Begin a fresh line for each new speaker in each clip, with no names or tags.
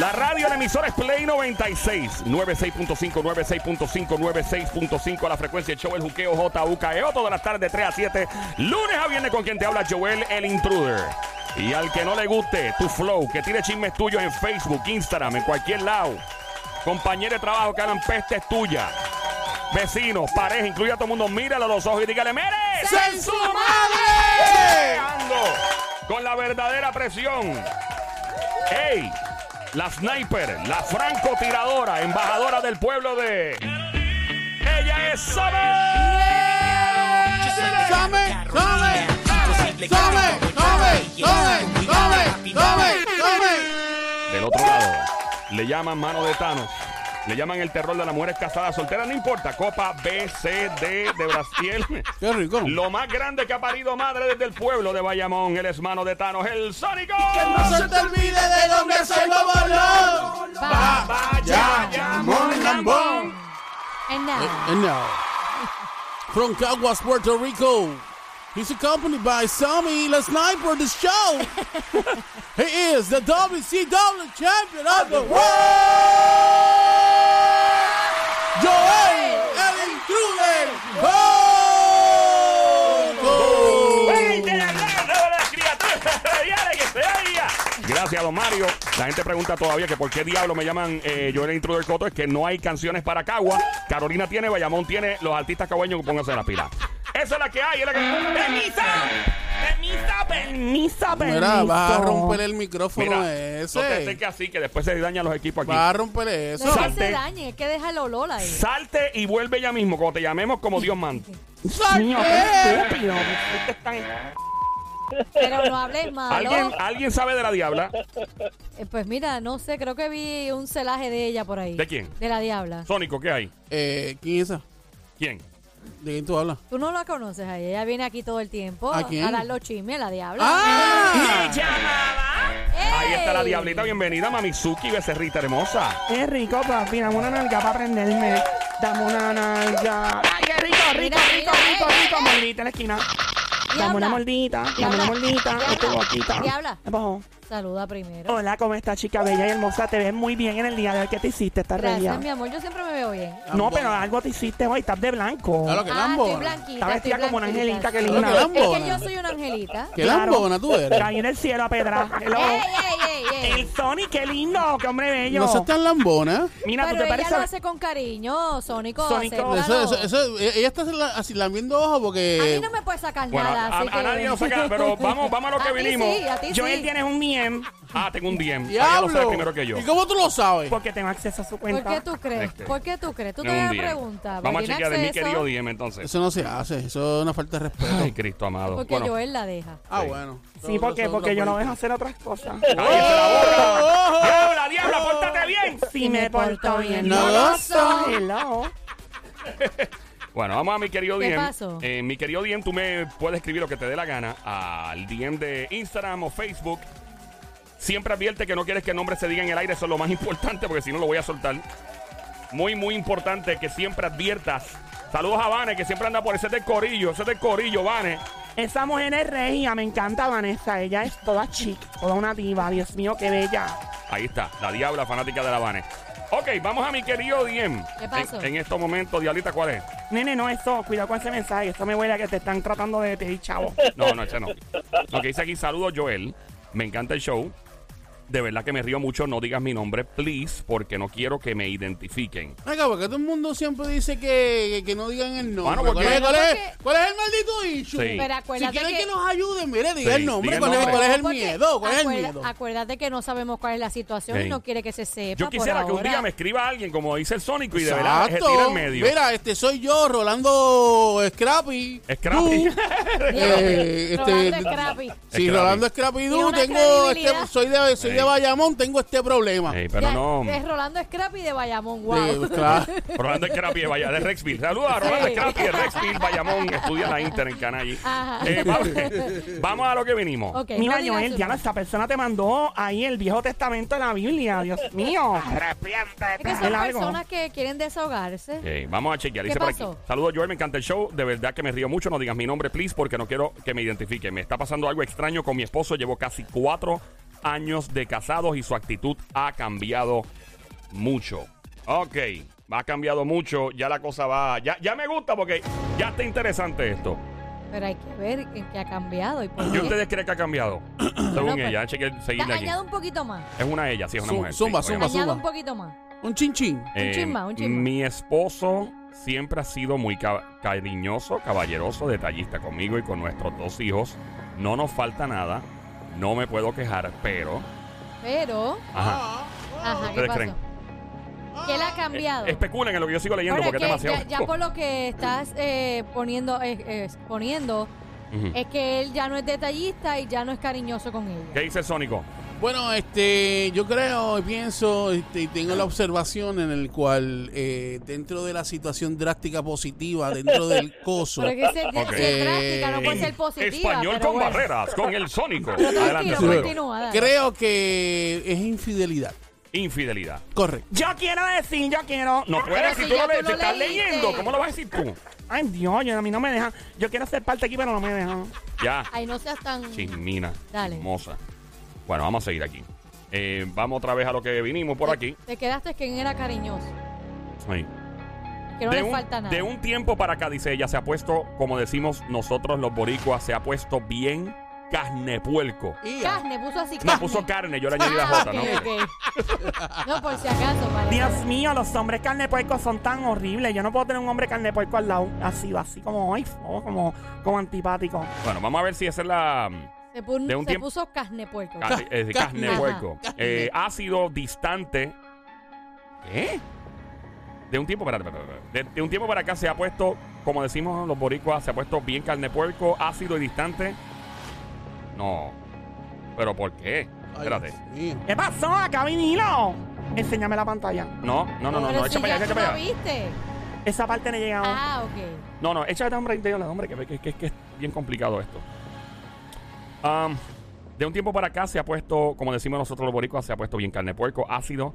La radio, la emisora es Play 96, 96.5, 96.5, 96.5, la frecuencia el show, el juqueo, JUKEO, todas las tardes E, de 3 a 7, lunes a viernes con quien te habla Joel, el intruder. Y al que no le guste tu flow, que tire chismes tuyos en Facebook, Instagram, en cualquier lado, compañero de trabajo que hagan pestes tuyas, vecinos, pareja, incluye a todo el mundo, míralo a los ojos y dígale, ¡Mere!
¡En su madre!
Ando Con la verdadera presión. ¡Ey! La sniper, la francotiradora, embajadora del pueblo de. ¡Ella es Summer!
¡Dame, dame, dame, dame, dame, dame, dame, dame!
Del otro lado, le llaman mano de Thanos. Le llaman el terror de las mujeres casadas solteras, no importa. Copa B, C, D de Brasil.
¡Qué rico!
Lo más grande que ha parido madre desde el pueblo de Bayamón. Él es mano de Thanos, el Sónico.
¡No se te olvide de dónde soy, bobolón!
ya, ya, mon, lambón.
And now,
And now, from Caguas, Puerto Rico, he's accompanied by Sammy the Sniper, the show. he is the WCW champion of the world, Joel El Intruder. Gold.
Gracias, don Mario. La gente pregunta todavía que por qué diablo me llaman eh, yo era intruder coto. Es que no hay canciones para Cagua. Carolina tiene, Bayamón tiene. Los artistas cagüeños, pónganse la pila. Esa es la que hay. Es la que... ¡Permiso! ¡Permiso! ¡Permiso! ¡Permiso!
Mira, va a romper el micrófono
Mira, no te
ese.
acerques así que después se dañan los equipos aquí.
Va a romper
no
eso.
es que
salte.
se dañe, es que deja el olor ahí.
Salte y vuelve ya mismo, como te llamemos, como Dios manda.
Niño, qué
¡Salte!
estúpido.
Pero no hables malo.
¿Alguien, ¿Alguien sabe de la diabla?
Eh, pues mira, no sé, creo que vi un celaje de ella por ahí.
¿De quién?
De la diabla.
Sónico, ¿qué hay?
Eh, ¿Quién es esa?
¿Quién?
¿De quién tú hablas?
Tú no la conoces a ella, ella viene aquí todo el tiempo
¿A quién?
a dar los chismes, la diabla.
¡Ah!
Ahí está la
¡Ey!
diablita, bienvenida, Mamizuki, becerrita hermosa.
Qué rico, papi. Dame una nalga para prenderme. Dame una nalga. Ay, qué rico, rico,
Mira,
rico,
mira,
rico,
eh,
rico. Mordita en la esquina.
Diabla.
Dame una mordita. Dame
Diabla.
una mordita.
Diabla.
A tu boquita.
Diabla.
Abajo.
Saluda primero.
Hola, ¿cómo estás, chica bella y hermosa? Te ves muy bien en el día de hoy. ¿Qué te hiciste? Estás re
Gracias, mi
bien.
amor, yo siempre me veo bien.
No, pero algo te hiciste hoy. Estás de blanco.
Claro que
ah,
Lambo.
estoy blanquita.
Está vestida
estoy
como una
blanquita,
angelita, qué
sí.
linda.
Claro que
Es que yo
Lambona.
soy una angelita.
¡Qué
Claro.
lambona tú eres!
Caí en el cielo a pedra. Hello.
¡Ey, ey, ey, ey!
El Sony, qué lindo, qué hombre bello.
No seas tan lambona.
Mira, tú
Pero
te
ella
pareces.
lo
a-
hace con cariño, Sónico.
Sónico.
acéptalo.
Eso, eso, eso, e- ella está la- así lamiendo ojo porque.
A mí no me puede sacar
Bueno,
nada.
a,
así
a
que-
nadie nos saca, pero vamos, vamos a lo
A
que
ti
vinimos.
sí, a ti
Joel,
sí.
tienes un DM
Ah, tengo un DM. Ella lo sabe
¡Diablo!
primero que yo.
¿Y cómo tú lo sabes?
porque tengo acceso a su
¿Por
cuenta.
qué tú crees?
Este.
¿Por qué tú crees? Tú te
Tengo un
das
DM.
pregunta.
Vamos a
porque
chequear de mi
acceso-
querido DM entonces.
Eso no se hace, eso es una falta de respeto.
Ay, Cristo amado.
Porque
Bueno,
Joel la deja.
ah,
sí.
bueno.
Sí, ¿por qué? Porque yo no dejo hacer otras cosas.
¡Cállese
¡Oh!
la boca! ¡Diabla, diabla,
Oh.
pórtate bien!
Si me porto bien,
No
no
lo
lo
soy.
soy. Hello.
Bueno, vamos a mi querido
¿Qué
DM.
pasó?
Eh, mi querido DM, tú me puedes escribir lo que te dé la gana al DM de Instagram o Facebook. Siempre advierte que no quieres que nombres se digan en el aire, eso es lo más importante, porque si no lo voy a soltar. Muy, muy importante que siempre adviertas. Saludos a Vane, que siempre anda por ese del corillo, ese del corillo, Vane.
Esa mujer es regia, me encanta Vanessa. Ella es toda chic, toda una diva. Dios mío, qué bella.
Ahí está, la diabla fanática de la Vane. Ok, vamos a mi querido DM.
¿Qué pasó?
En, en estos momentos, diablita, ¿cuál es?
Nene, no eso. Cuidado con ese mensaje. Eso me huele a que te están tratando de pedir chavo.
No, no, ese no. Lo que dice aquí, saludos Joel. Me encanta el show. De verdad que me río mucho. No digas mi nombre, please, porque no quiero que me identifiquen.
Venga, porque todo el mundo siempre dice que, que, que no digan el nombre.
Bueno, porque-
¿Cuál, es, cuál, es,
Porque-
cuál es el maldito issue?
Sí.
Pero
Si
acuérdate
quieren que...
que...
nos ayuden, mire, diga
Sí,
el
diga
nombre.
el
¿Cuál, Es,
nombre.
cuál es el
Porque
miedo? ¿Cuál es el
acuerda-
miedo?
Acuérdate que no sabemos cuál es la situación
Sí.
y no quiere que se sepa.
Yo quisiera
por
que un día
ahora.
me escriba alguien, como dice el Sónico, y de verdad se tira en medio.
Mira, este soy yo, Rolando Scrappy.
Scrappy.
Tú. Eh, este,
Rolando Scrappy.
Sí,
Scrappy.
Rolando Scrappy
Tiene
Du,
una
tengo
credibilidad.
este, soy de, soy de
Sí.
Bayamón, tengo este problema.
Ey, pero
Ya,
no.
Es Rolando Scrappy de Bayamón,
De-
wow.
claro.
Rolando Scrappy de, Vaya- de Rexville. Saludos a Rolando
Sí.
Scrappy de Rexville, Bayamón. Estudia en la Inter en Canallí.
Ajá.
Eh, vamos, vamos a lo que vinimos.
Ok,
Mira,
no digas
Joel,
su
ya
nombre.
esta persona te mandó ahí el Viejo Testamento de la Biblia. Dios mío.
Es que
Dile
son
algo.
personas que quieren desahogarse.
Ok, vamos a chequear.
¿Qué
Dice por aquí.
pasó?
Saludos, Joel. Me encanta el show. De verdad que me río mucho. No digas mi nombre, please, porque no quiero que me identifiquen. Me está pasando algo extraño con mi esposo. Llevo casi cuatro años de casados y su actitud ha cambiado mucho. Ok, ha cambiado mucho. Ya la cosa va. Ya, ya me gusta porque ya está interesante esto.
Pero hay que ver en qué ha cambiado y por
¿Y
qué.
ustedes creen que ha cambiado? Según
No, pues,
ella, cheque, seguirle aquí.
Añade un poquito más.
Es una ella, sí, es una
Zum-
mujer. sí,
zumba,
obviamente.
zumba.
Añade un poquito más.
Un chinchín.
Un chisma, un chisma.
Eh, Mi esposo siempre ha sido muy ca- cariñoso, caballeroso, detallista conmigo y con nuestros dos hijos. No nos falta nada. No me puedo quejar, pero.
Pero,
Ajá.
ajá, ¿qué
¿Ustedes
pasó?
creen?
¿Qué le ha cambiado?
Eh, especulen en lo que yo sigo leyendo
Ahora
porque es
que
demasiado.
ya, ya por lo que estás eh, poniendo, eh, eh, exponiendo,
Ujú.
es que él ya no es detallista y ya no es cariñoso con ella.
¿Qué dice el Sónico?
Bueno, este, yo creo, y pienso, este, y tengo la observación en el cual eh, dentro de la situación drástica positiva, dentro del coso,
Pero es que ser,
Ok.
ser drástica no puede
En
ser positiva.
Español
pero
con
bueno.
barreras, con el Sónico.
Pero
Adelante,
tranquilo,
Sónico.
continúa, dale.
creo que es infidelidad.
Infidelidad.
Correcto.
Yo quiero decir, yo quiero.
No puedes,
si
si tú
ya
lo
tú
lees,
lo
si estás
leíste.
leyendo, ¿cómo lo vas a decir tú?
Ay, Dios, yo- a mí no me dejan. Yo quiero ser parte aquí, pero no me dejan.
Ya.
Ay, no seas tan...
Chismina.
Dale.
Hermosa. Bueno, vamos a seguir aquí. Eh, vamos otra vez a lo que vinimos por aquí.
Te quedaste que él era cariñoso,
Ahí.
que no
de,
le
un,
falta nada.
de un tiempo para acá, dice ella, se ha puesto, como decimos nosotros los boricuas, se ha puesto bien carnepuelco.
Y-
Carne, puso así carne.
No, puso carne, yo le añadí la
Ah,
J,
ok,
¿no?
ok. No, por si acaso. Para
Dios mío, los hombres carne de puerco son tan horribles. Yo no puedo tener un hombre carne de puerco al lado. Así, así como, ay, fo, como, como antipático.
Bueno, vamos a ver si esa es la...
Se, pun-
De un
se
tiempo-
puso carne puerco.
ca- eh,
carne.
carnepuelco.
Ajá.
Eh, ácido, distante. ¿Qué? De un tiempo para de, de un tiempo para acá se ha puesto, como decimos los boricuas, se ha puesto bien carnepuerco, ácido y distante. No. ¿Pero por qué?
Ay,
Espérate.
Dios mío.
¿Qué pasó? Acá vinilo. Enséñame la pantalla.
No, no, no, no,
Pero
no,
si
echa para
ya
allá, echa
tú
para
lo
allá.
viste.
Esa parte no he llegado.
Ah, ok.
No, no, échate hombre interior, hombre, que, que, que, que es bien complicado esto. Am, de un tiempo para acá se ha puesto, como decimos nosotros los boricuas, se ha puesto bien carne de puerco, ácido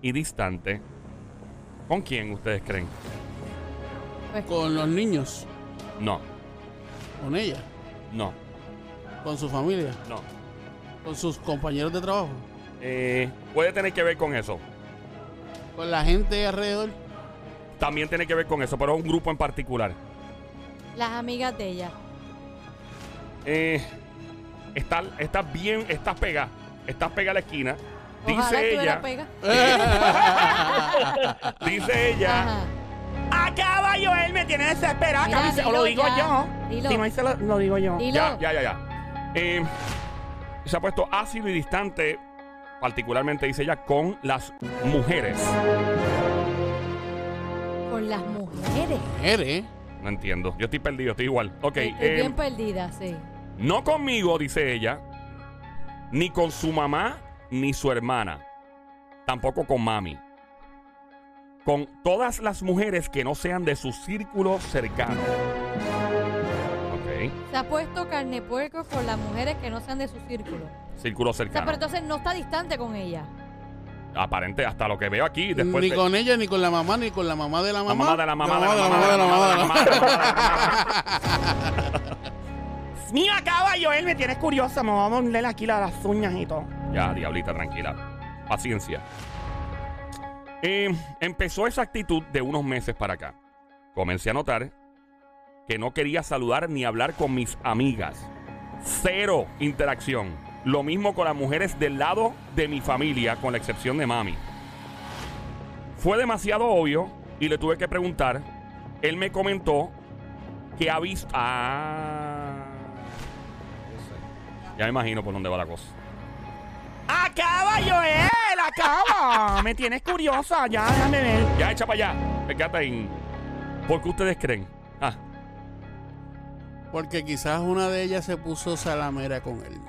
y distante. ¿Con quién ustedes creen?
Pues,
Con los niños,
No,
con ella,
no,
con su familia,
no.
con sus compañeros de trabajo,
Eh, puede tener que ver con eso.
con la gente alrededor.
También tiene que ver con eso, pero un grupo en particular.
Las amigas de ella.
Eh, estás está bien, estás pegada. Estás pegada a la esquina.
Ojalá
Dice
tuviera
ella,
pega.
dice ella.
Ajá.
Acaba Joel, me tiene
ah,
desesperada.
Ah. Mira,
Acá dice, o
dilo
lo digo
ya,
yo.
dilo.
Si no dice, lo, lo digo yo.
Dilo.
Ya, ya, ya, ya. Eh, se ha puesto ácido y distante, particularmente dice ella, con las mujeres.
Con las mujeres.
Eres.
No entiendo. Yo estoy perdido, estoy igual. Ok.
Estoy
eh,
bien perdida, sí.
no conmigo, dice ella, ni con su mamá, ni su hermana. Tampoco con mami. Con todas las mujeres que no sean de su círculo cercano. Ok.
Se ha puesto carne puerco con las mujeres que no sean de su círculo.
Círculo
O sea, pero
cercano.
entonces no está distante con ella.
Aparente hasta lo que veo aquí. Después
Ni
de-
con ella, ni con la mamá, ni con la mamá de la
La
mamá.
mamá de la mamá de la mamá
de la mamá de la mamá.
de la mamá.
Dios mío, acaba Joel, me tienes curiosa. Me voy a poner aquí la- las uñas y todo.
Ya, diablita, tranquila. Paciencia. Eh, empezó esa actitud de unos meses para acá. Comencé a notar que no quería saludar ni hablar con mis amigas. Cero interacción. Lo mismo con las mujeres del lado de mi familia, con la excepción de mami. Fue demasiado obvio y le tuve que preguntar. Él me comentó que ha visto... Ah, no sé. Ya me imagino por dónde va la cosa.
Acaba Joel, acaba. me tienes curiosa, ya déjame ver.
Ya, echa para allá. Me quédate ahí. ¿Por qué ustedes creen? Ah,
Porque quizás una de ellas se puso salamera con él.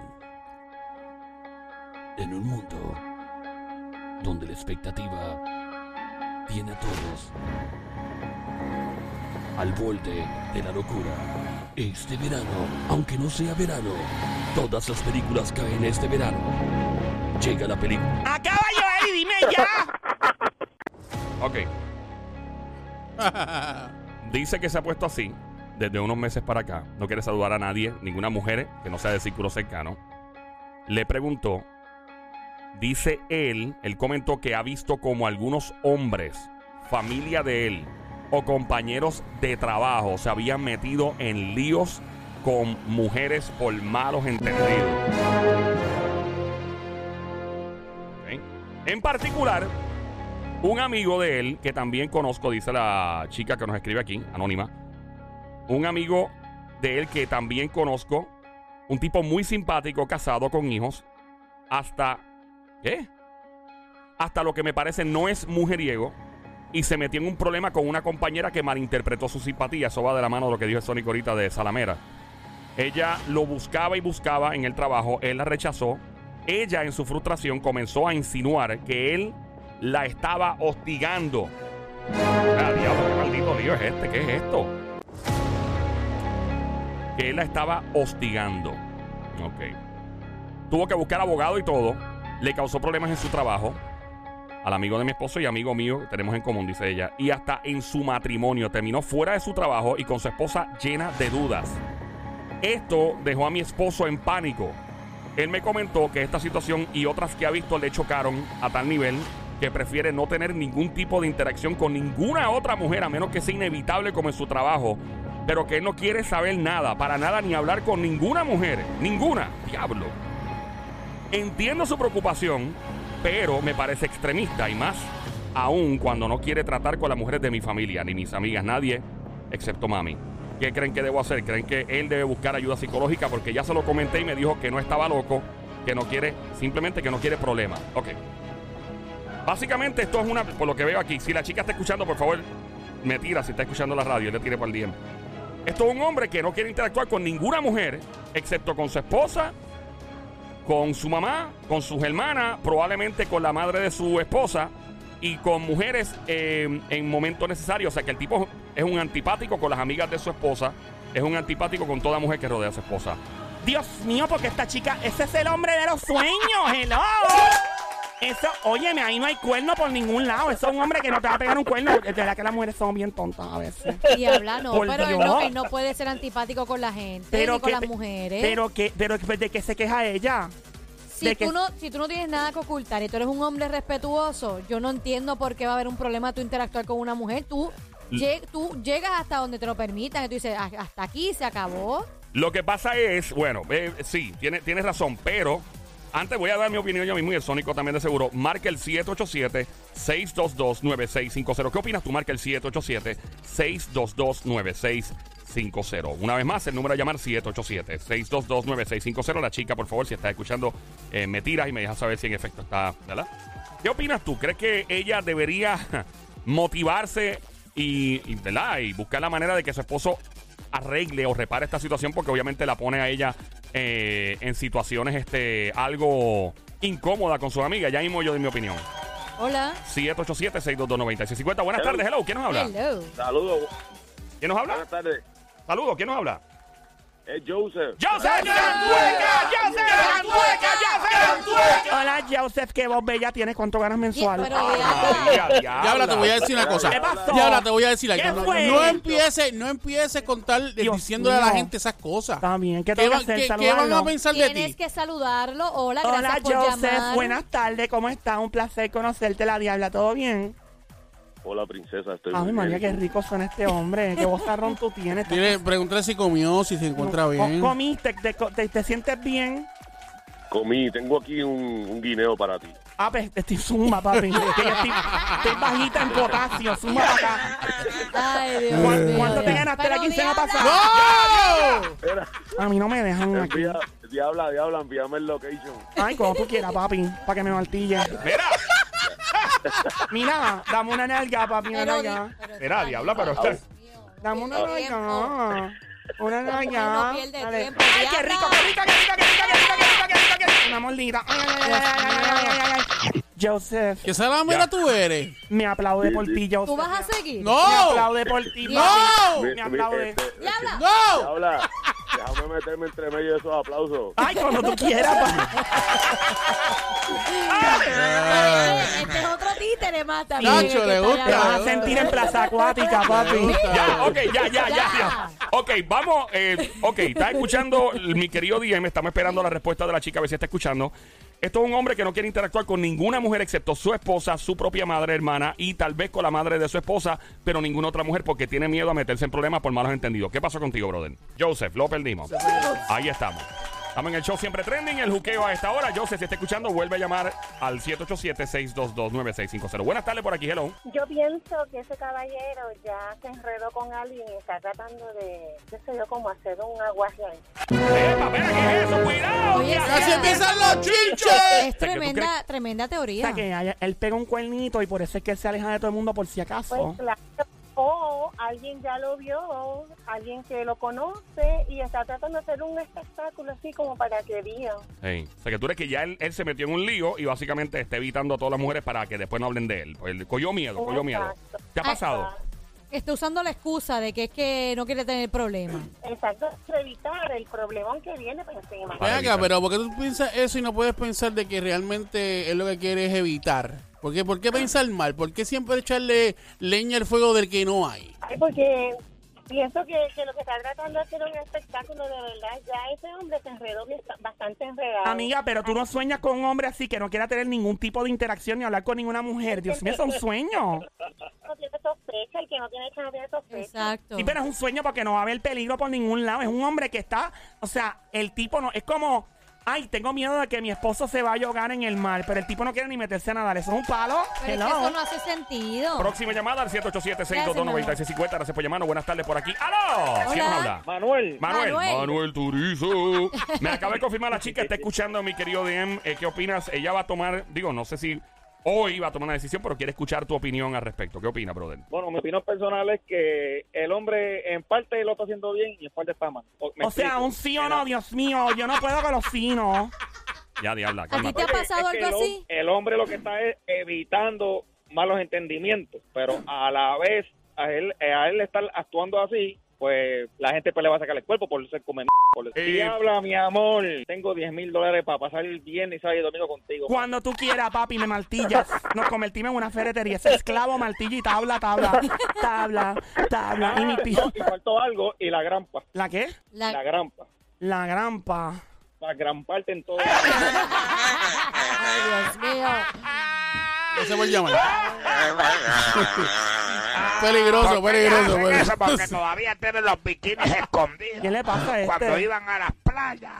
En un mundo donde la expectativa tiene a todos al borde de la locura. Este verano, aunque no sea verano, todas las películas caen este verano. Llega la película.
Acaba Joel y dime ya.
ok. Dice que se ha puesto así desde unos meses para acá. eh, No quiere saludar a nadie, ninguna mujer que no sea de círculo cercano. Le preguntó Dice él, él comentó que ha visto como algunos hombres, familia de él o compañeros de trabajo se habían metido en líos con mujeres por malos entendidos. Ok. En particular, un amigo de él, que también conozco, dice la chica que nos escribe aquí, anónima, un amigo de él que también conozco, un tipo muy simpático, casado con hijos, hasta... ¿Qué? Hasta lo que me parece no es mujeriego y se metió en un problema con una compañera que malinterpretó su simpatía. Eso va de la mano de lo que dijo el Sónico ahorita de Salamera. Ella lo buscaba y buscaba en el trabajo, él la rechazó. Ella en su frustración comenzó a insinuar que él la estaba hostigando. Ah, diablo, qué maldito lío es este, ¿qué es esto? Que él la estaba hostigando. Ok. Tuvo que buscar abogado y todo. Le causó problemas en su trabajo. Al amigo de mi esposo y amigo mío que tenemos en común, dice ella. Y hasta en su matrimonio. Terminó fuera de su trabajo y con su esposa llena de dudas. Esto dejó a mi esposo en pánico. Él me comentó que esta situación y otras que ha visto le chocaron a tal nivel que prefiere no tener ningún tipo de interacción con ninguna otra mujer a menos que sea inevitable como en su trabajo. Pero que él no quiere saber nada, para nada, ni hablar con ninguna mujer. Ninguna. Diablo. Entiendo su preocupación, pero me parece extremista y más aún cuando no quiere tratar con las mujeres de mi familia, ni mis amigas, nadie, excepto mami. ¿Qué creen que debo hacer? ¿Creen que él debe buscar ayuda psicológica? Porque ya se lo comenté y me dijo que no estaba loco, que no quiere, simplemente que no quiere problemas. Ok. Básicamente esto es una, por lo que veo aquí, si la chica está escuchando, por favor, me tira si está escuchando la radio, yo le tiré por el DM. Esto es un hombre que no quiere interactuar con ninguna mujer, excepto con su esposa con su mamá, con sus hermanas, probablemente con la madre de su esposa y con mujeres eh, en momentos necesarios. O sea que el tipo es un antipático con las amigas de su esposa, es un antipático con toda mujer que rodea a su esposa.
Dios mío, porque esta chica, ese es el hombre de los sueños, hello. Eso, óyeme, ahí no hay cuerno por ningún lado. Eso es un hombre que no te va a pegar un cuerno. De verdad que las mujeres son bien tontas a veces.
Y habla, no,
Por
pero él
Dios.
no, él no puede ser antipático con la gente ni con las mujeres.
Pero que, pero que- de qué se queja ella.
si,
de que-
tú no, si tú no tienes nada que ocultar y tú eres un hombre respetuoso, yo no entiendo por qué va a haber un problema tú interactuar con una mujer. Tú, lle- tú llegas hasta donde te lo permitan y tú dices, "Ah, hasta aquí se acabó.
Lo que pasa es, bueno, eh, sí, tiene, tienes razón, pero antes voy a dar mi opinión yo mismo y el Sónico también de seguro. Marca el 787-622-9650. ¿Qué opinas tú? Marca el 787-622-9650. Una vez más, el número a llamar 787-622-9650. La chica, por favor, si estás escuchando, eh, me tiras y me dejas saber si en efecto está, ¿verdad? ¿Qué opinas tú? ¿Crees que ella debería motivarse y, y, ¿verdad? y buscar la manera de que su esposo arregle o repare esta situación porque obviamente la pone a ella eh, en situaciones este algo incómoda con sus amigas. Ya mismo yo de mi opinión.
Hola.
787-622-9650. Buenas tardes, hello. ¿Quién nos habla?
Hello.
Saludos, bu-
¿Quién nos habla?
buenas tardes.
Saludos, ¿quién nos habla?
Es Joseph.
¡Joseph!
Hola, Joseph, que vos bella tienes cuánto ganas mensual.
Y- pero ya-
Ay, ya,
Ya ahora te voy a decir una cosa.
¿Qué pasó?
Ya ahora te voy a decir
¿Qué
algo. No,
fue
no
esto?
empieces, no empieces con tal de
Dios
eh, diciéndole a la
mío.
gente esas cosas.
Está bien, ¿qué tengo que
va-
hacer?
qué- qué
Saludarlo.
van a pensar de ti?
Tienes que saludarlo. Hola,
Hola,
gracias por
Joseph,
llamar.
buenas tardes, ¿cómo estás? Un placer conocerte, la diabla, ¿todo bien?
Hola, princesa. Estoy
Ay,
muy
María, qué
bien.
rico suena este hombre, qué bozarrón tú tienes.
Dile, pregúntale si comió, si se encuentra
Co-
bien.
¿Comiste? ¿Te, te, te sientes bien?
Comí, tengo aquí un, un guineo para ti.
Ah, pues, estoy zumba, papi. que yo estoy, estoy bajita en potasio, zumba para acá.
Ay, Dios
¿Cuán-
mío.
¿Cuánto te ganaste
Pero
la quincena
diabla,
pasada?
¡Ah!
¡No!
Espera,
A mí no me dejan aquí.
envía, diabla, diabla, envíame el location.
Ay, como tú quieras, papi, para que me martille.
Mira,
Mira, dame una nalga, papi, una
pero di-
nalga.
pero
Mira,
está
diabla,
bien.
pero-
Dios mío, no
Dame una
pierde tiempo.
nalga. Una nalga.
No pierde
Dale.
tiempo,
Ay, qué
diabla.
rico, qué rico, qué rico, qué rico, qué rico, qué rico, qué rico, qué rico. Una mordida. Ay, ay, ay, ay, ay, ay, ay, ay. Joseph,
¿Qué salamera tú eres?
me aplaude por ti, Joseph.
¿Tú vas a seguir?
¡No!
Me aplaude por ti,
No.
papi.
Oh,
Mi-
Me
mi-
aplaude.
este,
¡Diabla!
¡No!
Diabla, déjame meterme entre medio de esos aplausos.
Ay, cuando tú quieras, papi.
Oye, Este es otro títere más también.
Nacho,
que
le
está
gusta.
Te vas a
allá.
sentir en plaza acuática, papi.
ya, ok, ya, ya, ya, ya.
Ya.
Ok, vamos, eh, ok, está escuchando el- mi querido DM, estamos esperando la respuesta de la chica, a ver si está escuchando. Esto es un hombre que no quiere interactuar con ninguna mujer excepto su esposa, su propia madre, hermana y tal vez con la madre de su esposa, pero ninguna otra mujer porque tiene miedo a meterse en problemas por malos entendidos. ¿Qué pasó contigo, brother? Joseph, lo perdimos. Ahí estamos. Estamos en el show siempre trending, el juqueo a esta hora. Joseph, si está escuchando, vuelve a llamar al 787-622-9650. Buenas tardes por aquí, hello.
Yo pienso que ese caballero ya se enredó con alguien y está tratando de, qué sé yo, como hacer un aguaje ahí.
¡Epa, espera, qué es eso! ¡Cuidado!
Oye,
Ya-
sí.
¡Así empiezan los chinches!
Es tremenda, tremenda
O sea,
teoría.
que haya- él pega un cuernito y por eso es que él se aleja de todo el mundo por si acaso.
Pues claro, o alguien ya lo vio, alguien que lo conoce y está tratando de hacer un espectáculo así como para que digan.
Ey, O sea, que tú eres que ya él, él se metió en un lío y básicamente está evitando a todas las mujeres para que después no hablen de él. Pues, él cogió miedo, cogió miedo.
Exacto.
¿Te ha pasado?
Está usando la excusa de que es que no quiere tener problemas.
Exacto, para evitar el problemón que viene por encima.
Para
Venga,
evitar.
pero ¿por qué tú piensas eso y no puedes pensar de que realmente es lo que quieres evitar? ¿Por qué, ¿Por qué pensar mal? ¿Por qué siempre echarle leña al fuego del que no hay?
Ay, porque pienso que, que lo que está tratando de hacer un espectáculo de verdad, ya ese hombre se enredó bien- bastante enredado.
Amiga, pero tú no sueñas con un hombre así que no quiera tener ningún tipo de interacción ni hablar con ninguna mujer. Dios mío, eso es un sueño.
No tiene sospecha, el que no tiene que no tiene sospecha.
Exacto.
Sí, pero es un sueño porque no va a haber peligro por ningún lado. Es un hombre que está, o sea, el tipo no, es como, ay, tengo miedo de que mi esposo se vaya a ahogar en el mar, pero el tipo no quiere ni meterse a nadar. Eso es un palo.
Pero es
Hello.
que eso no hace sentido.
Próxima llamada al 787-622-9650. Gracias por llamarnos. Buenas tardes por aquí. ¡Aló! ¿Quién nos habla?
Manuel,
Manuel.
Manuel.
Manuel Turizo. Me acaba de confirmar la chica. Está escuchando a mi querido DM. Eh, ¿Qué opinas? Ella va a tomar, digo, no sé si hoy va a tomar una decisión, pero quiere escuchar tu opinión al respecto. ¿Qué opinas, brother?
bueno, mi opinión personal es que el hombre en parte lo está haciendo bien y en parte está mal. me
O sea,
explico.
un sí o no, Dios mío, yo no puedo con los sí no.
Ya, diabla,
¿A ti
cálmate.
te ha
Oye,
pasado
es que
algo
el hom-
así?
El hombre lo que está es evitando malos entendimientos, pero a la vez, a él, a él estar actuando así, pues la gente pues, le va a sacar el cuerpo por ser comen... por ser-
Eh.
Diabla, mi amor, tengo 10 mil dólares para pasar el viernes, sábado y domingo contigo.
Cuando tú quieras, papi, me martillas. Nos convertimos en una ferretería. Ese esclavo, martillo y tabla, tabla, tabla, tabla. Y mi
Ah,
tío.
no, y faltó algo y la grampa,
¿La qué?
la
La-
grampa,
La grampa.
para gramparte en todo.
Ay, Dios mío.
No se puede llamar. peligroso, peligroso,
Porque hacen eso? Porque
peligroso.
todavía tienen los bikinis
¿Qué
escondidos.
le pasa a
Cuando
este?
iban a las playas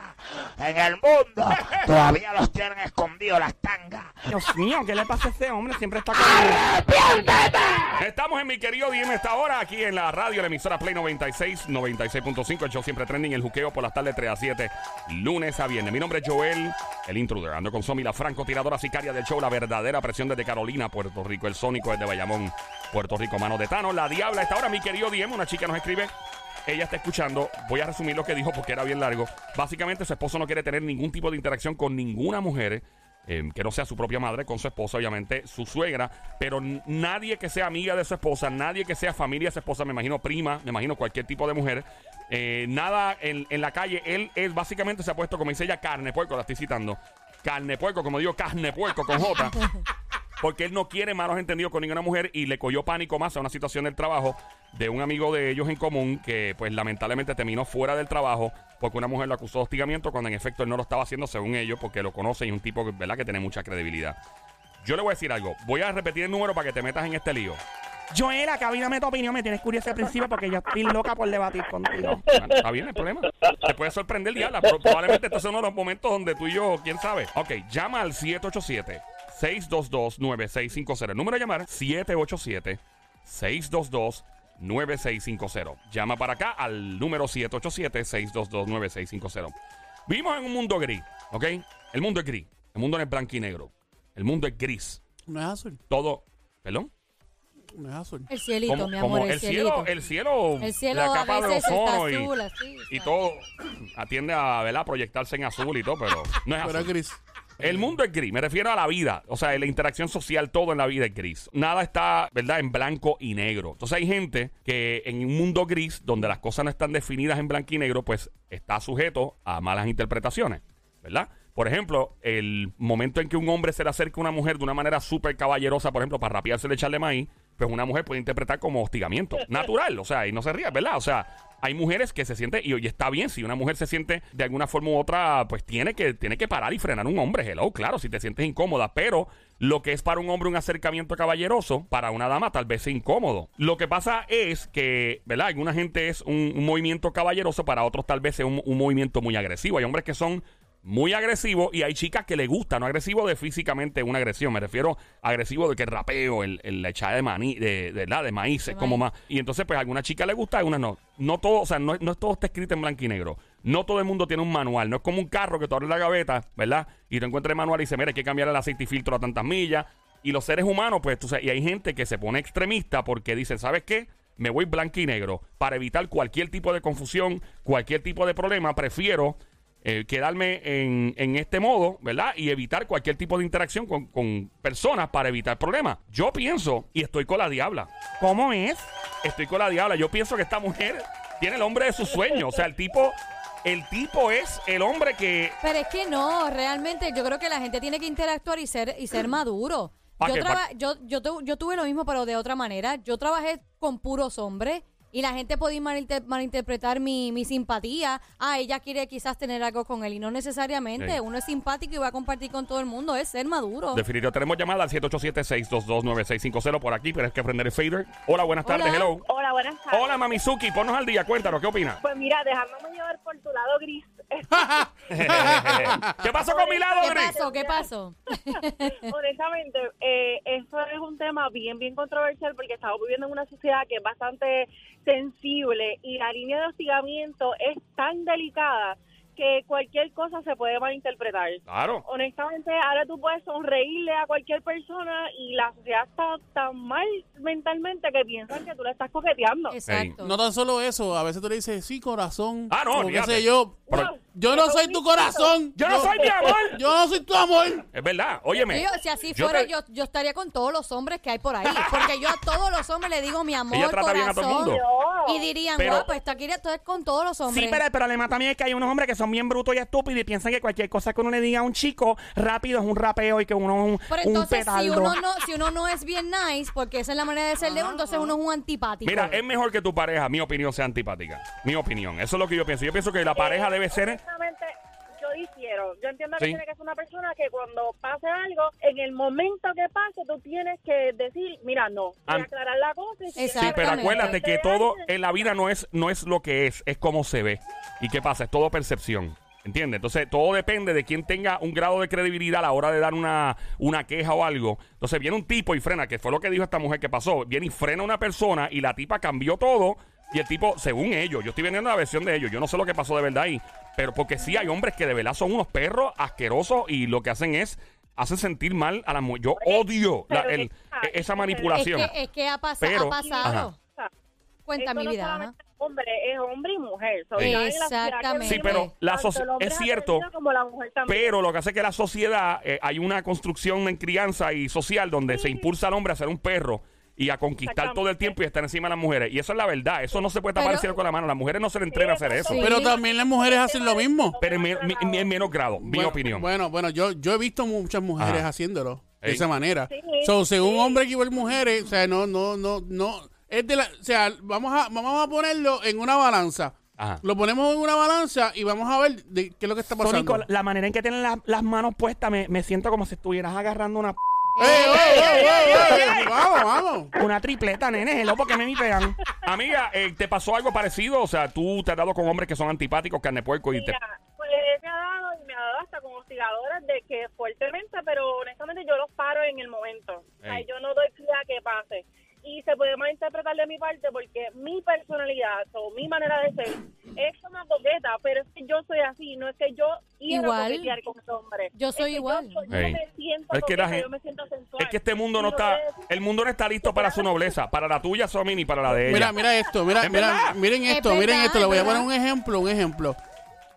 en el mundo, todavía los tienen escondidos las tangas.
Dios mío, ¿qué le pasa a este hombre? Siempre está con...
Estamos en mi querido DM esta hora, aquí en la radio, la emisora Play 96, 96.5, el show siempre trending, el juqueo por las tardes 3 a 7, lunes a viernes. Mi nombre es Joel, el intruder, ando con Somi, la francotiradora sicaria del show, la verdadera presión desde Carolina, Puerto Rico, el sónico desde Bayamón, Puerto Rico, mano de Tano, la diabla. Esta hora, mi querido DM, una chica nos escribe, ella está escuchando, voy a resumir lo que dijo porque era bien largo. Básicamente, su esposo no quiere tener ningún tipo de interacción con ninguna mujer eh, que no sea su propia madre, con su esposa, obviamente, su suegra, pero n- nadie que sea amiga de su esposa, nadie que sea familia de su esposa, me imagino prima, me imagino cualquier tipo de mujer, eh, nada en, en la calle, él, él básicamente se ha puesto, como dice ella, carne puerco, la estoy citando, carne puerco, como digo, carne puerco con J. Porque él no quiere malos entendidos con ninguna mujer y le cogió pánico más a una situación del trabajo de un amigo de ellos en común que pues lamentablemente terminó fuera del trabajo porque una mujer lo acusó de hostigamiento cuando en efecto él no lo estaba haciendo según ellos porque lo conoce y es un tipo ¿verdad? que tiene mucha credibilidad. Yo le voy a decir algo, voy a repetir el número para que te metas en este lío.
Joel, acá dame tu opinión. Me tienes curiosa al principio porque yo estoy loca por debatir contigo.
Bueno, está bien el problema. Te puede sorprender, diabla. Pro- Probablemente este es uno de los momentos donde tú y yo, quién sabe. Ok, llama al 787 622 9650. El número a llamar 787 622 9650. Llama para acá al número 787 622 9650. Vivimos en un mundo gris, ¿ok? El mundo es gris. El mundo no es blanco y negro. El mundo es gris.
No es azul,
Todo, perdón.
no es azul.
El cielito, mi amor, el,
el
cielito.
cielo, el cielo,
El cielo
la
a
capa de
veces está
ozono y-
azul, así.
y
¿sabes?
todo atiende a ¿verdad? proyectarse en azul y todo, pero no es
Pero es
azul.
gris.
El mundo es gris, me refiero a la vida, o sea, la interacción social, todo en la vida es gris. Nada está, ¿verdad?, en blanco y negro. Entonces hay gente que en un mundo gris, donde las cosas no están definidas en blanco y negro, pues está sujeto a malas interpretaciones, ¿verdad? Por ejemplo, el momento en que un hombre se le acerca a una mujer de una manera súper caballerosa, por ejemplo, para rapeársele echarle maíz, pues una mujer puede interpretar como hostigamiento natural, o sea, y no se ría, ¿verdad? O sea, hay mujeres que se sienten, y, y está bien, si una mujer se siente de alguna forma u otra, pues tiene que, tiene que parar y frenar un hombre, hello, claro, si te sientes incómoda, pero lo que es para un hombre un acercamiento caballeroso, para una dama tal vez sea incómodo. Lo que pasa es que, ¿verdad? Alguna gente es un, un movimiento caballeroso, para otros tal vez es un, un movimiento muy agresivo. Hay hombres que son muy agresivo y hay chicas que le gusta, no agresivo de físicamente una agresión, me refiero a agresivo de que el rapeo, el, el- la echada de maní, de, de, la- de maíz, es como más. Y entonces, pues a alguna chica le gusta, a alguna no. No todo, o sea, no, no es todo está escrito en blanco y negro. No todo el mundo tiene un manual, no es como un carro que tú abres la gaveta, ¿verdad? Y tú encuentras el manual y dices, mira, hay que cambiar el aceite y filtro a tantas millas. Y los seres humanos, pues tú sabes, y hay gente que se pone extremista porque dice, ¿sabes qué? Me voy blanco y negro. Para evitar cualquier tipo de confusión, cualquier tipo de problema, prefiero eh, quedarme en, en este modo, ¿verdad? Y evitar cualquier tipo de interacción con, con personas para evitar problemas. Yo pienso, y estoy con la diabla,
¿Cómo es?
estoy con la diabla, yo pienso que esta mujer tiene el hombre de sus sueños. O sea, el tipo, el tipo es el hombre que...
Pero es que no, realmente yo creo que la gente tiene que interactuar y ser y ser maduro.
¿Pa'
Yo,
qué?
traba-
¿Pa-
yo, yo, tu- yo tuve lo mismo, pero de otra manera. Yo trabajé con puros hombres y la gente podía malinter- malinterpretar mi, mi simpatía. Ah, ella quiere quizás tener algo con él y no necesariamente.
Sí.
Uno es simpático y va a compartir con todo el mundo, es ser maduro.
Definitivo, tenemos llamada al 787-622-9650 por aquí, pero es que prender el fader. Hola, buenas tardes,
Hola.
hello.
Hola, buenas tardes.
Hola, Mamizuki, ponnos al día, cuéntanos, ¿qué opinas?
Pues mira, dejándonos llevar por tu lado gris.
¿Qué pasó con mi lado,
¿Qué
Gris?
pasó? ¿Qué pasó?
Honestamente, eh, eso es un tema bien, bien controversial porque estamos viviendo en una sociedad que es bastante sensible y la línea de hostigamiento es tan delicada que cualquier cosa se puede malinterpretar.
Ah.
Claro.
Honestamente, ahora tú puedes sonreírle a cualquier persona y la sociedad está tan mal mentalmente que piensan que tú le estás coqueteando.
Exacto.
No tan solo eso, a veces tú le dices, sí, corazón.
Ah, no,
o qué
olvídate.
sé yo.
Pero-
Yo no soy tu corazón.
Yo no soy mi amor.
Yo no soy tu amor.
Es verdad, óyeme.
Yo, si así
yo
fuera,
te-
yo, yo estaría con todos los hombres que hay por ahí. Porque yo a todos los hombres le digo mi amor,
Ella trata bien a todo el
corazón.
mundo.
Y dirían,
Pero-
guapo, esto aquí esto es con todos los hombres.
Sí, pero el problema también es que hay unos hombres que son bien brutos y estúpidos y piensan que cualquier cosa que uno le diga a un chico rápido es un rapeo y que uno es un,
Pero
un
entonces, si
petardo.
uno, no, si uno no es bien nice, porque esa es la manera de ser de uno,
Ah.
entonces uno es un antipático.
Mira, es mejor que tu pareja, mi opinión, sea antipática. Mi opinión. Eso es lo que yo pienso. Yo pienso que la pareja debe ser. ¿eh?
Honestamente, yo difiero. Yo entiendo que
Sí.
tiene que ser una persona que cuando pase algo, en el momento que pase, tú tienes que decir, mira, no, voy a
Am-
aclarar la cosa. y si
Exacto.
Sí, pero
Exactamente.
acuérdate que todo en la vida no es, no es lo que es, es como se ve. ¿Y qué pasa? Es todo percepción. ¿Entiendes? Entonces, todo depende de quién tenga un grado de credibilidad a la hora de dar una, una queja o algo. Entonces, viene un tipo y frena, que fue lo que dijo esta mujer que pasó. Viene y frena a una persona y la tipa cambió todo. Y el tipo, según ellos, yo estoy vendiendo la versión de ellos, yo no sé lo que pasó de verdad ahí. Pero porque sí hay hombres que de verdad son unos perros asquerosos y lo que hacen es, hacen sentir mal a la mujer. Yo odio la-
pero
el- e-,
esa-
esa
es
manipulación.
que, es que ha, pasa-
Pero-
ha pasado.
Ajá.
pasa,
Cuenta
esto
mi
no
vida.
solamente es Hombre, es hombre y mujer. So,
Sí.
ya en la sociedad que
Exactamente.
Sí, pero la
tanto
soci-
el hombre
es
ha
cierto,
crecido Como la mujer también.
Pero lo que hace que la sociedad, eh, hay una construcción en crianza y social donde se impulsa al hombre a ser un perro y a conquistar
Exactamente.
todo el tiempo y estar encima de las mujeres. Y eso es la verdad, eso no se puede tapar
Pero-
el cielo con la mano. Las mujeres no se les entrena a hacer eso.
Sí.
Pero también las mujeres hacen lo mismo.
Pero en, men- mi- mi- en menos grado, mi
Bueno,
opinión.
Bueno, bueno, yo, yo he visto muchas mujeres
Ajá.
haciéndolo de
Ey.
esa manera.
Sí,
so, según
sí.
hombres que ven mujeres, o sea, no, no, no, no. Es de la, o sea, vamos a, vamos a ponerlo en una balanza.
Ajá.
Lo ponemos en una balanza y vamos a ver de qué es lo que está pasando.
Sónico, la manera en que tienen las- las manos puestas, me, me siento como si estuvieras agarrando una, p-
¡Ey, ey, ey, ey, ey, ey! Vamos, vamos.
una tripleta, nene. Hello, porque me me pegan.
Amiga, eh, ¿te pasó algo parecido? O sea, tú te has dado con hombres que son antipáticos, carne de puerco y te...
Mira, pues me ha dado y me ha dado hasta con hostigadoras de que fuertemente, pero honestamente yo los paro en el momento. O sea,
Ey.
yo no doy pie a que pase. Y se puede malinterpretar de mi parte porque mi personalidad o mi manera de ser es una coqueta, pero es que yo soy así, no es que yo quiero
Igual.
coquetear con los hombres.
Yo
Es
soy
que
igual.
Yo, yo
Ey.
me siento
Es que la
coqueta,
gen-
yo me siento sensual.
Es que este mundo no
Y lo
está...
que es-
El mundo no está listo para su nobleza, para la tuya, Somi, ni para la de ella.
Mira, mira esto, mira,
Es
mira,
verdad.
miren
Es
esto, miren
verdad,
esto. Le
es
voy a
verdad.
poner un ejemplo, un ejemplo.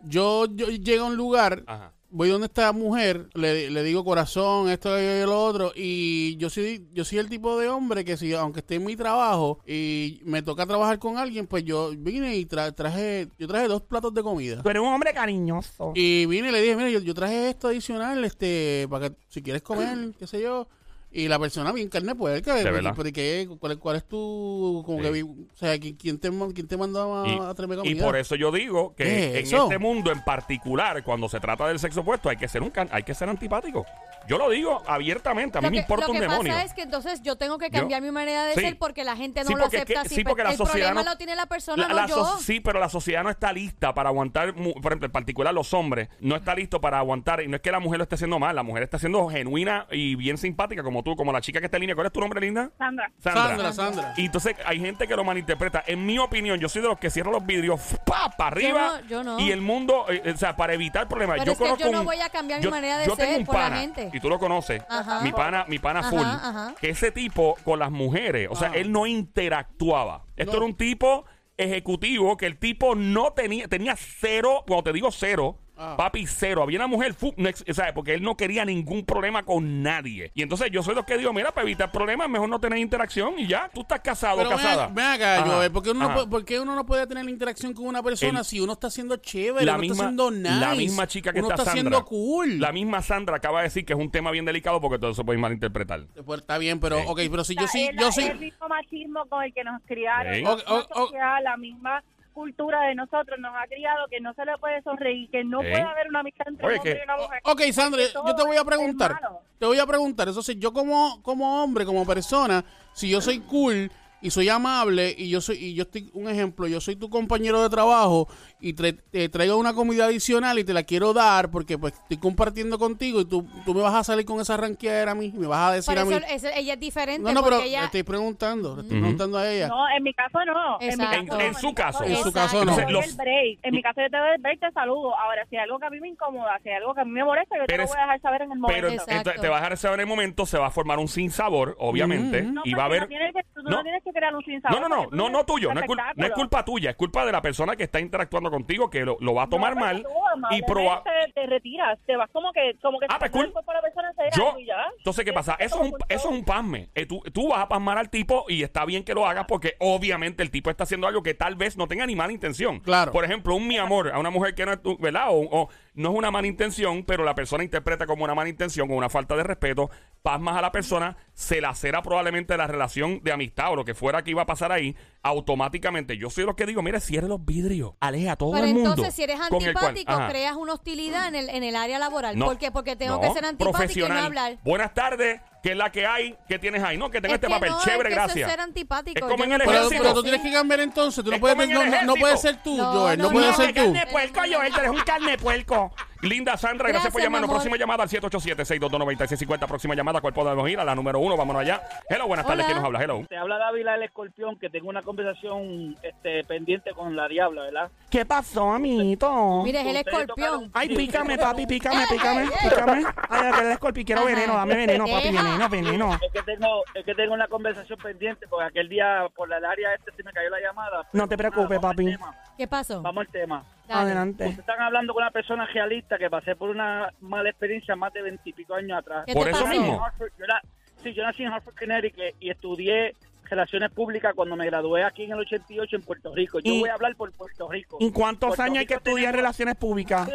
Yo, yo llego a un lugar,
Ajá.
voy donde esta mujer, le, le digo corazón, esto y lo otro, y yo soy, yo soy el tipo de hombre que si, aunque esté en mi trabajo y me toca trabajar con alguien, pues yo vine y tra- traje, yo traje dos platos de comida.
Tú eres un hombre cariñoso.
Y vine y le dije, mira, yo, yo traje esto adicional, este, para que si quieres comer, qué sé yo. Y la persona bien carne puerca.
De
porque-
verdad.
porque, ¿cuál, ¿Cuál es tu... como
Sí.
que... vi- O sea, ¿qui- ¿quién te, ma- quién te mandó a,
Y,
a traerme
y
comida?
por eso yo digo que
¿Qué
en
es eso?
este mundo en particular, cuando se trata del sexo opuesto, hay que ser un can- hay que ser antipático. Yo lo digo abiertamente, a mí
Lo
me
que-
importa
lo
un
que
demonio.
pasa es que entonces yo tengo que cambiar mi manera de
Sí.
ser porque la gente no
Sí,
lo
porque es
acepta
que-
así. pues,
sí, porque la
el
sociedad
problema
no-
lo tiene la persona,
La-
no
la
yo.
so- sí, pero la sociedad no está lista para aguantar, mu- por ejemplo, en particular los hombres, no está listo para aguantar. Y no es que la mujer lo esté haciendo mal, la mujer está siendo genuina y bien simpática, como tú, como la chica que está en línea. ¿Cuál es tu nombre, linda?
Sandra.
Sandra, Sandra.
Y entonces hay gente que lo malinterpreta. En mi opinión, yo soy de los que cierro los vidrios ¡pa! para arriba.
Yo no, yo no.
Y el mundo, eh, o sea, para evitar problemas.
Pero
yo
es que yo
conozco
no
un-
voy a cambiar mi manera de
yo tengo
ser
un
por la
pana,
gente.
Y tú lo conoces.
Ajá.
Mi pana, mi pana
Ajá,
full.
ajá.
Que ese tipo con las mujeres, o sea, él no interactuaba. Esto
Ah. No.
era un tipo ejecutivo que el tipo no tenía, tenía cero, cuando te digo cero,
Ah.
papi cero. Había una mujer, fu- no ex- o sea, porque él no quería ningún problema con nadie. Y entonces yo soy los que digo, mira, para evitar problemas, mejor no tener interacción y ya, tú estás casado
Pero
o casada.
ven, ven acá,
Ajá,
Joel, ¿por qué, uno no
ajá.
puede, por qué uno no puede tener interacción con una persona
El-
si uno está siendo chévere,
la
uno
misma,
está siendo nice?
la misma chica que
uno
está,
está,
Sandra.
siendo cool.
La misma Sandra acaba de decir que es un tema bien delicado porque todo eso puede malinterpretar.
Pues está bien, pero,
Sí.
ok, pero si yo sí,
Es la-
yo
es
sí.
el mismo machismo con el que nos criaron.
Sí.
La,
Ok,
misma
ok, ok.
sociedad, la misma cultura de nosotros nos ha criado que no se le puede sonreír, que no
Sí.
puede haber una amistad entre
Oye,
un hombre
que-
y una mujer.
Ok, Sandra,
Porque todo
yo te voy a
es
preguntar.
malo.
Te voy a preguntar. Entonces, yo como, como hombre, como persona, si yo soy cool y soy amable y yo soy y yo estoy un ejemplo, yo soy tu compañero de trabajo y tra- te traigo una comida adicional y te la quiero dar porque pues estoy compartiendo contigo y tú, tú me vas a salir con esa ranqueadera a mí, y me vas a decir
Por
a mí.
eso es- ella es diferente.
No, no, pero este,
porque ella-
le estoy preguntando, le estoy
Ujú.
preguntando a ella.
No, en mi caso no.
Exacto.
mi caso
En- en
no,
su caso.
En su
yo
caso
te
no.
doy
Entonces,
el
los-
break. En mi caso yo te doy el break, te saludo. Ahora, si hay algo que a mí me incomoda, si hay algo que a mí me molesta, yo te
Pero
lo
es-
voy a dejar saber en el momento.
Pero
Exacto.
entonces, te vas a dejar saber en el momento, se va a formar un sinsabor, obviamente,
Ujú.
No,
y
pero
va a
tú no
haber...
tienes que- tú no,
No.
tienes que crear un sinsabor.
No, no, no,
porque tú
no, no
tienes
tuyo, no es, cul- no es
espectáculo.
culpa tuya, es culpa de la persona que está interactuando contigo que lo, lo va a tomar
No, pero
mal
tú,
y proba-
amablemente Te, retiras, te vas como que. Como que
Ah,
te
pues cool.
pones el cuerpo a la persona, se
Yo,
algo y ya.
entonces, ¿qué pasa? Eso es un, eso es un pasme. Eh, tú, tú vas a pasmar al tipo y está bien que lo hagas porque obviamente el tipo está haciendo algo que tal vez no tenga ni mala intención.
Claro.
Por ejemplo, un mi amor a una mujer que no es, tu- ¿verdad? O, o no es una mala intención, pero la persona interpreta como una mala intención o una falta de respeto, pasmas a la persona, se lacera probablemente la relación de amistad o lo que fuera que iba a pasar ahí, automáticamente. Yo soy lo que digo, mire, cierre los vidrios, aleja a todo
Pero
el mundo.
entonces, si eres
con el cual-
antipático,
Ajá.
creas una hostilidad en el, en el área laboral.
No.
¿Por qué? Porque tengo
No,
que ser antipático y no
profesional.
hablar.
Buenas tardes, ¿qué es la que hay? ¿Qué tienes ahí? No, que tengo
Es
este
que
papel.
no,
Chévere,
es que eso es
gracias.
ser antipático.
Es como
Yo
en
no
el
puedo-
Pero,
ejército.
pero tú tienes que cambiar entonces, tú no
Es
puedes,
como en el
no, no, no
ejército.
puedes ser tú,
No,
Joel, no,
no,
puedes
no.
ser
Carne
tú.
de puerco, Joel, tú eres un carne de puerco.
Linda Sandra,
Gracias,
gracias, por llamarnos.
mi amor.
Próxima llamada al 787-622-9650. Próxima llamada, ¿cuál podemos ir? A la número uno, vámonos allá. Hello, buenas
Hola.
tardes. ¿Quién nos habla? Hello.
Te habla Dávila el Escorpión, que tengo una conversación este, pendiente con la Diabla, ¿verdad?
¿Qué pasó, amiguito?
Mira, es el
Ustedes
escorpión.
tocaron-
Ay, pícame, papi, pícame, pícame, pícame. Ay, que el escorpión, quiero
Ajá.
veneno, dame veneno, papi,
Deja.
veneno, veneno.
Es que tengo, es que tengo una conversación pendiente, porque aquel día por el área este se me cayó la llamada.
No te preocupes,
Vamos al
papi.
tema,
¿Qué pasó?
Vamos al tema.
Dale.
Adelante.
Ustedes están hablando con una persona realista que pasé por una mala experiencia más de veintipico años atrás.
¿Qué
Por
te
eso
pasó?
nací en
mismo.
Hartford, yo era- sí, yo nací en Hartford, Connecticut y estudié relaciones públicas cuando me gradué aquí en el 88 en Puerto Rico. Yo
Y-
voy a hablar por Puerto Rico.
¿Y cuántos
Puerto
años hay que
Rico
estudiar
Pues, tenemos-
relaciones públicas?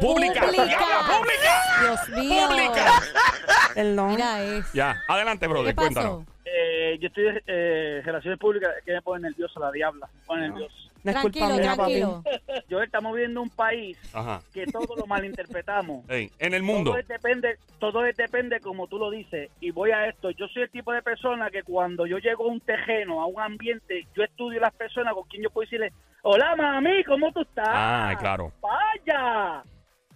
Pública.
Pública.
Diabla, pública.
Dios mío.
Perdón.
Mira eso.
Ya, adelante,
¿Qué
brother. Cuéntanos.
pasó?
Eh, yo estoy eh, relaciones públicas, que me pone nervioso la diabla, me
Ah.
pone nervioso.
No es culpa
tranquilo,
mía, papi.
tranquilo.
Yo estamos viviendo un país
Ajá.
que todo lo malinterpretamos.
Ey, en el
Todo
mundo.
es depende, todo es depende como tú lo dices. Y voy a esto, yo soy el tipo de persona que cuando yo llego a un tejeno, a un ambiente, yo estudio las personas con quien yo puedo decirle, hola mami, ¿cómo tú estás?
Ah, claro.
Vaya.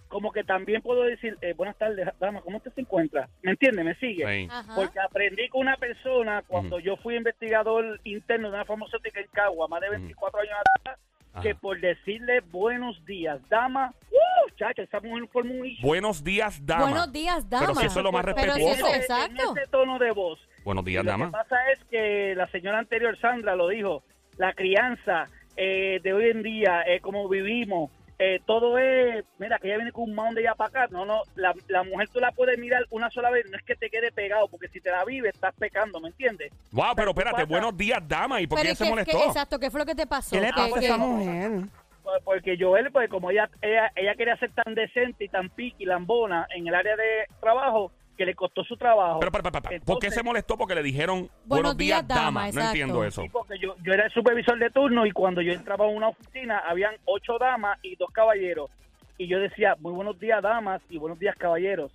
Como que también puedo decir, eh, buenas tardes, dama, ¿cómo usted se encuentra? ¿Me entiende? ¿Me sigue?
Ey.
Ajá.
Porque aprendí con una persona cuando yo fui investigador interno de una farmacéutica en Cagua, más de 24 años atrás,
Ajá.
que por decirle buenos días, dama, ¡uh! Chacha, esa mujer formó un issue.
Buenos días, dama.
Buenos días, dama.
Pero si eso es lo más
Pero si
respetuoso.
eso-
En ese-
exacto.
En ese tono de voz.
Buenos
Y
días,
lo que
dama.
pasa es que la señora anterior, Sandra, lo dijo, la crianza eh, de hoy en día, eh, como vivimos, eh, todo es, mira, que ella viene con un mound de ella para acá. No, no, la, la mujer tú la puedes mirar una sola vez, no es que te quede pegado, porque si te la vives, estás pecando, ¿me entiendes?
Wow, pero espérate.
pasa-
Buenos días, dama. ¿Y por
Pero
qué
es
se
que-
molestó?
que- exacto, ¿qué fue lo que te pasó?
¿Qué le
Que-
pasa a
que-
esa mujer?
Pues Porque Joel, pues como ella, ella, ella quería ser tan decente y tan piqui, lambona en el área de trabajo, que le costó su trabajo.
Pero, pero, pero, pero, ¿por qué
Entonces-
se molestó? Porque le dijeron buenos,
Buenos
días,
días, dama",
dama. No
exacto.
entiendo eso.
Sí, porque yo, yo era el supervisor de turno y cuando yo entraba a una oficina habían ocho damas y dos caballeros. Y yo decía, muy buenos días damas y buenos días caballeros.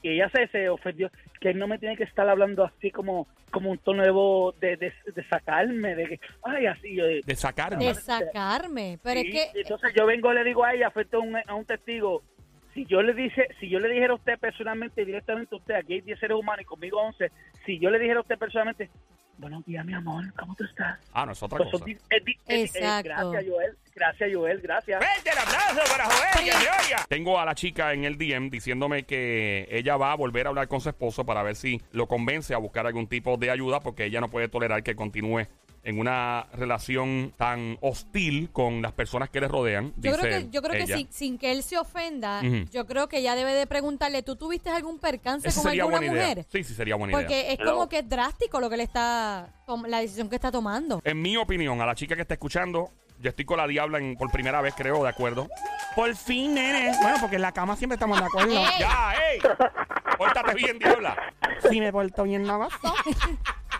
Y ella se, se ofendió, que él no me tiene que estar hablando así como, como un tono de voz de, de, de sacarme, de que, ay, así. Yo,
De sacarme.
De sacarme. Pero
Sí,
es que.
Entonces yo vengo y le digo a ella, frente a un, a un testigo, si yo le dice, si yo le dijera a usted personalmente, directamente a usted, aquí hay 10 seres humanos y conmigo 11, si yo le dijera a usted personalmente, buenos días, mi amor, ¿cómo tú estás?
Ah, no, es otra
Pues
cosa.
son di- es di- es- es-
Exacto.
gracias, Joel. Gracias, Joel. Gracias.
¡Vete el abrazo para Joel! Tengo a la chica en el DM diciéndome que ella va a volver a hablar con su esposo para ver si lo convence a buscar algún tipo de ayuda porque ella no puede tolerar que continúe en una relación tan hostil con las personas que le rodean.
Yo creo
dice
que, yo creo que
ella.
sin, sin que él se ofenda,
Ujú.
yo creo que ella debe de preguntarle, ¿tú tuviste algún percance
Esa
con
sería
alguna
buena idea.
mujer?
Sí, sí, sería buena idea.
Porque es como que es drástico lo que le está, tom- la decisión que está tomando.
En mi opinión, a la chica que está escuchando, yo estoy con la diabla en- por primera vez, creo, ¿de acuerdo?
Por fin, nene. Bueno, porque en la cama siempre estamos de acuerdo.
¡Ya, ¡Ah, ey! Pórtate bien, diabla.
Si me porto bien, no gozo.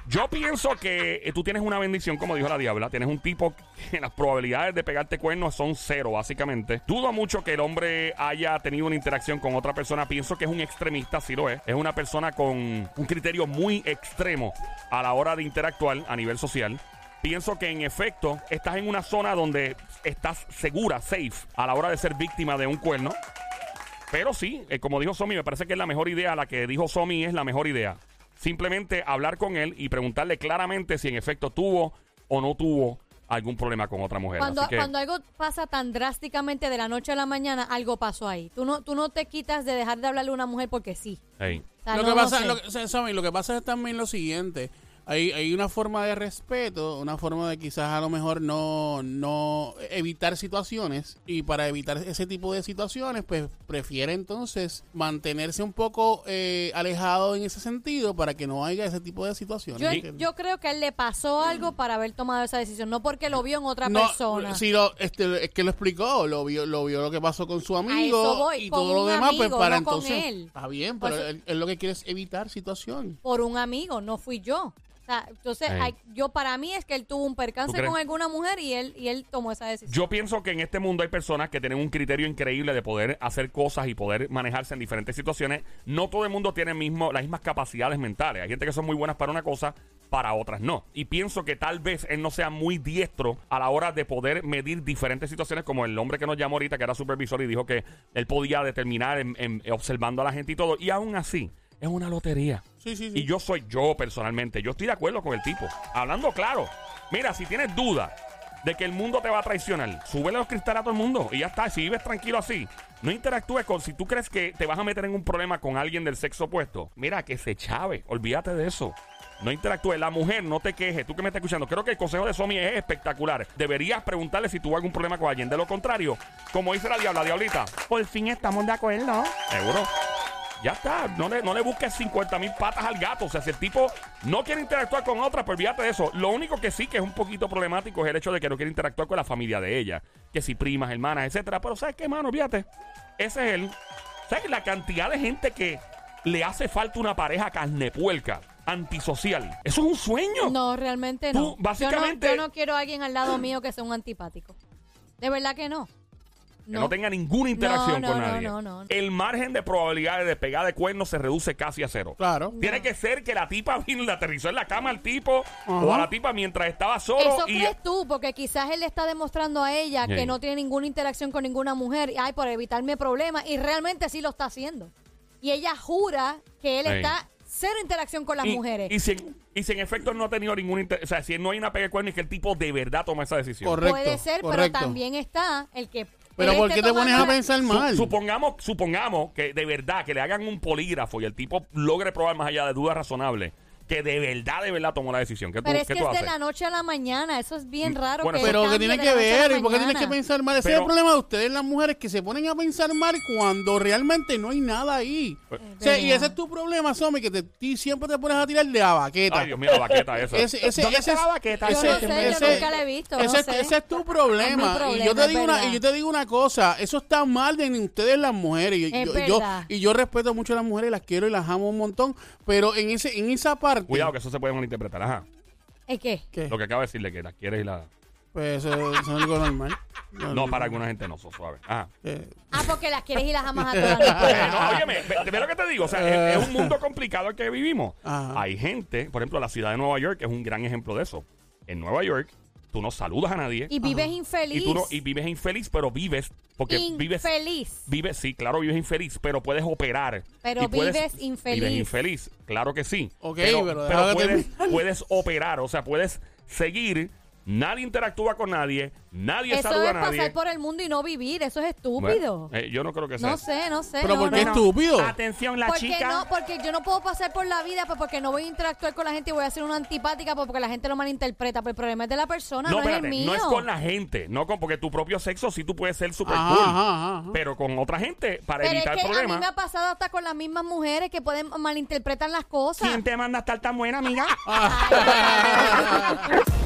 Yo pienso que eh, tú tienes una bendición, como dijo la diabla. Tienes un tipo que las probabilidades de pegarte cuernos son cero, básicamente. Dudo mucho que el hombre haya tenido una interacción con otra persona. Pienso que es un extremista, si lo es. Es una persona con un criterio muy extremo a la hora de interactuar a nivel social. Pienso que en efecto estás en una zona donde estás segura, safe, a la hora de ser víctima de un cuerno. Pero sí, eh, como dijo Somi, me parece que es la mejor idea. La que dijo Somi es la mejor idea. Simplemente hablar con él y preguntarle claramente si en efecto tuvo o no tuvo algún problema con otra mujer.
Cuando,
Así que,
cuando algo pasa tan drásticamente de la noche a la mañana, algo pasó ahí. Tú no, tú no te quitas de dejar de hablarle a una mujer porque sí.
hey.
O sea,
lo,
no-
que
no
pasa,
sé.
lo, que- o sea, Sammy, lo que pasa es también lo siguiente. Hay, hay una forma de respeto, una forma de quizás a lo mejor no, no evitar situaciones. Y para evitar ese tipo de situaciones, pues prefiere entonces mantenerse un poco eh, alejado en ese sentido para que no haya ese tipo de situaciones.
yo,
¿entiendes?
yo creo que a él le pasó algo para haber tomado esa decisión, no porque lo vio en otra
No,
persona.
sí, lo, este, es que lo explicó, lo vio, lo vio lo que pasó con su amigo
eso voy,
y
con
todo lo
un
demás, pues
amigo,
para
no con
entonces.
él. Pues
Está bien,
Por
pero
eso-
él, él lo que quiere es evitar situación.
por un amigo, no fui yo. O sea, entonces,
Ey.
hay- yo para mí es que él tuvo un
¿Tú
percance
crees?
con alguna mujer y él y él tomó esa decisión.
Yo pienso que en este mundo hay personas que tienen un criterio increíble de poder hacer cosas y poder manejarse en diferentes situaciones. No todo el mundo tiene mismo, las mismas capacidades mentales. Hay gente que son muy buenas para una cosa, para otras no. Y pienso que tal vez él no sea muy diestro a la hora de poder medir diferentes situaciones, como el hombre que nos llamó ahorita, que era supervisor y dijo que él podía determinar en- en- eh, observando a la gente y todo. Y aún así, es una lotería.
Sí, sí, sí.
Y yo soy yo personalmente. Yo estoy de acuerdo con el tipo. Hablando claro. Mira, si tienes duda de que el mundo te va a traicionar, súbele los cristales a todo el mundo y ya está. Si vives tranquilo así, no interactúes con. Si tú crees que te vas a meter en un problema con alguien del sexo opuesto, mira, que se chave. Olvídate de eso. No interactúes. La mujer, no te quejes. Tú que me estás escuchando, creo que el consejo de Somi es espectacular. Deberías preguntarle si tuvo algún problema con alguien. De lo contrario, como dice la diabla, diablita,
Por fin estamos de acuerdo.
Seguro. Ya está, no le, no le busques 50 mil patas al gato. O sea, si el tipo no quiere interactuar con otra, pues olvídate de eso. Lo único que sí que es un poquito problemático es el hecho de que no quiere interactuar con la familia de ella. Que si primas, hermanas, etcétera. Pero ¿sabes qué, mano? Olvídate. Ese es el. ¿Sabes la cantidad de gente que le hace falta una pareja carnepuerca, antisocial? Eso es un sueño.
No, realmente
Tú,
no. Yo no-
básicamente-
yo no, quiero a alguien al lado mío que sea un antipático. De verdad que no.
Que no tenga ninguna interacción
No,
con
no, no,
nadie.
no, no.
El margen de probabilidades de pegar de cuernos se reduce casi a cero.
Claro.
Tiene que ser que la tipa vino y le aterrizó en la cama al tipo o a la tipa mientras estaba solo.
Eso
y
crees tú, porque quizás él le está demostrando a ella
Sí.
que no tiene ninguna interacción con ninguna mujer, ay, por evitarme problemas, y realmente sí lo está haciendo. Y ella jura que él
Sí.
está cero interacción con las
y-
mujeres.
Y si, en- y si en efecto no ha tenido ningún inter- O sea, si no hay una pega de cuernos, es que el tipo de verdad toma esa decisión.
Correcto.
Puede ser,
correcto.
pero también está el que.
Pero
él
¿por
esté
qué te pones
tomando
a
la-
pensar
Su-
mal?
supongamos, supongamos que de verdad que le hagan un polígrafo y el tipo logre probar más allá de dudas razonables que de verdad, de verdad tomó la decisión. ¿Qué tú,
Pero es
qué
que
tú
es de
haces?
la noche a la mañana. Eso es bien raro.
bueno,
que
eso-
Pero que
cambie
tiene
de
que
la noche a la
ver, ¿y por qué tienes que
mañana?
pensar mal? Ese es
Pero-
el problema de ustedes, las mujeres, que se ponen a pensar mal cuando realmente no hay nada ahí.
Pues,
O sea, y
verdad.
ese es tu problema, Somi, que te, ti siempre te pones a tirar de la baqueta.
Ay, Dios mío, la baqueta esa.
Ese, ese,
¿Dónde
ese
está
es-
la baqueta?
Yo
ese-
no sé, yo
ese-
nunca la he visto. no
Ese, es-
sé.
ese es tu problema.
Es mi
y, yo
problema,
te
es
digo una,
verdad.
y yo te digo una cosa, eso está mal de ni ustedes las mujeres. Y
Es
yo, y yo-
verdad.
y yo respeto mucho a las mujeres, las quiero y las amo un montón. Pero en ese en esa parte...
Cuidado, que eso se puede malinterpretar. Ajá.
¿Es qué?
¿Qué?
Lo que acabo de decirle, que la quieres y la.
Pues eso, eso es algo normal.
No, para alguna gente no, so suave. Ajá.
Eh,
Ah, porque las quieres y las amas a todas. no
Bueno, óyeme, ve, ve lo que te digo. O sea, es, es un mundo complicado el que vivimos.
Ajá.
Hay gente, por ejemplo, la ciudad de Nueva York es un gran ejemplo de eso. En Nueva York, tú no saludas a nadie.
Y vives infeliz.
Y tú no- y vives infeliz, pero vives. Porque vives.
infeliz.
Vives, sí, claro, vives infeliz, pero puedes operar.
Pero
Y puedes-
vives infeliz.
Vives infeliz, claro que sí.
Ok,
pero,
pero
pero
déjame
puedes,
terminar.
puedes operar, o sea, puedes seguir. Nadie interactúa con nadie, nadie
Eso
saluda
es
a nadie.
pasar por el mundo y no vivir. Eso es estúpido.
Bueno, eh, yo no creo que sea.
no sé, no sé.
Pero
no,
¿por qué
no.
estúpido?
Atención, la
¿Por qué
chica.
no? Porque yo no puedo pasar por la vida pues, porque no voy a interactuar con la gente y voy a ser una antipática pues, porque la gente lo malinterpreta. Pero el problema es de la persona,
No,
no, es el
espérate,
mío.
no es con la gente, no con porque tu propio sexo sí tú puedes ser super
Ajá,
cool,
ajá, ajá.
pero con otra gente para
Pero es que
evitar
a mí me
problemas.
ha pasado hasta con las mismas mujeres que pueden malinterpretar las cosas.
¿Quién te manda a estar tan buena, amiga?
Ay,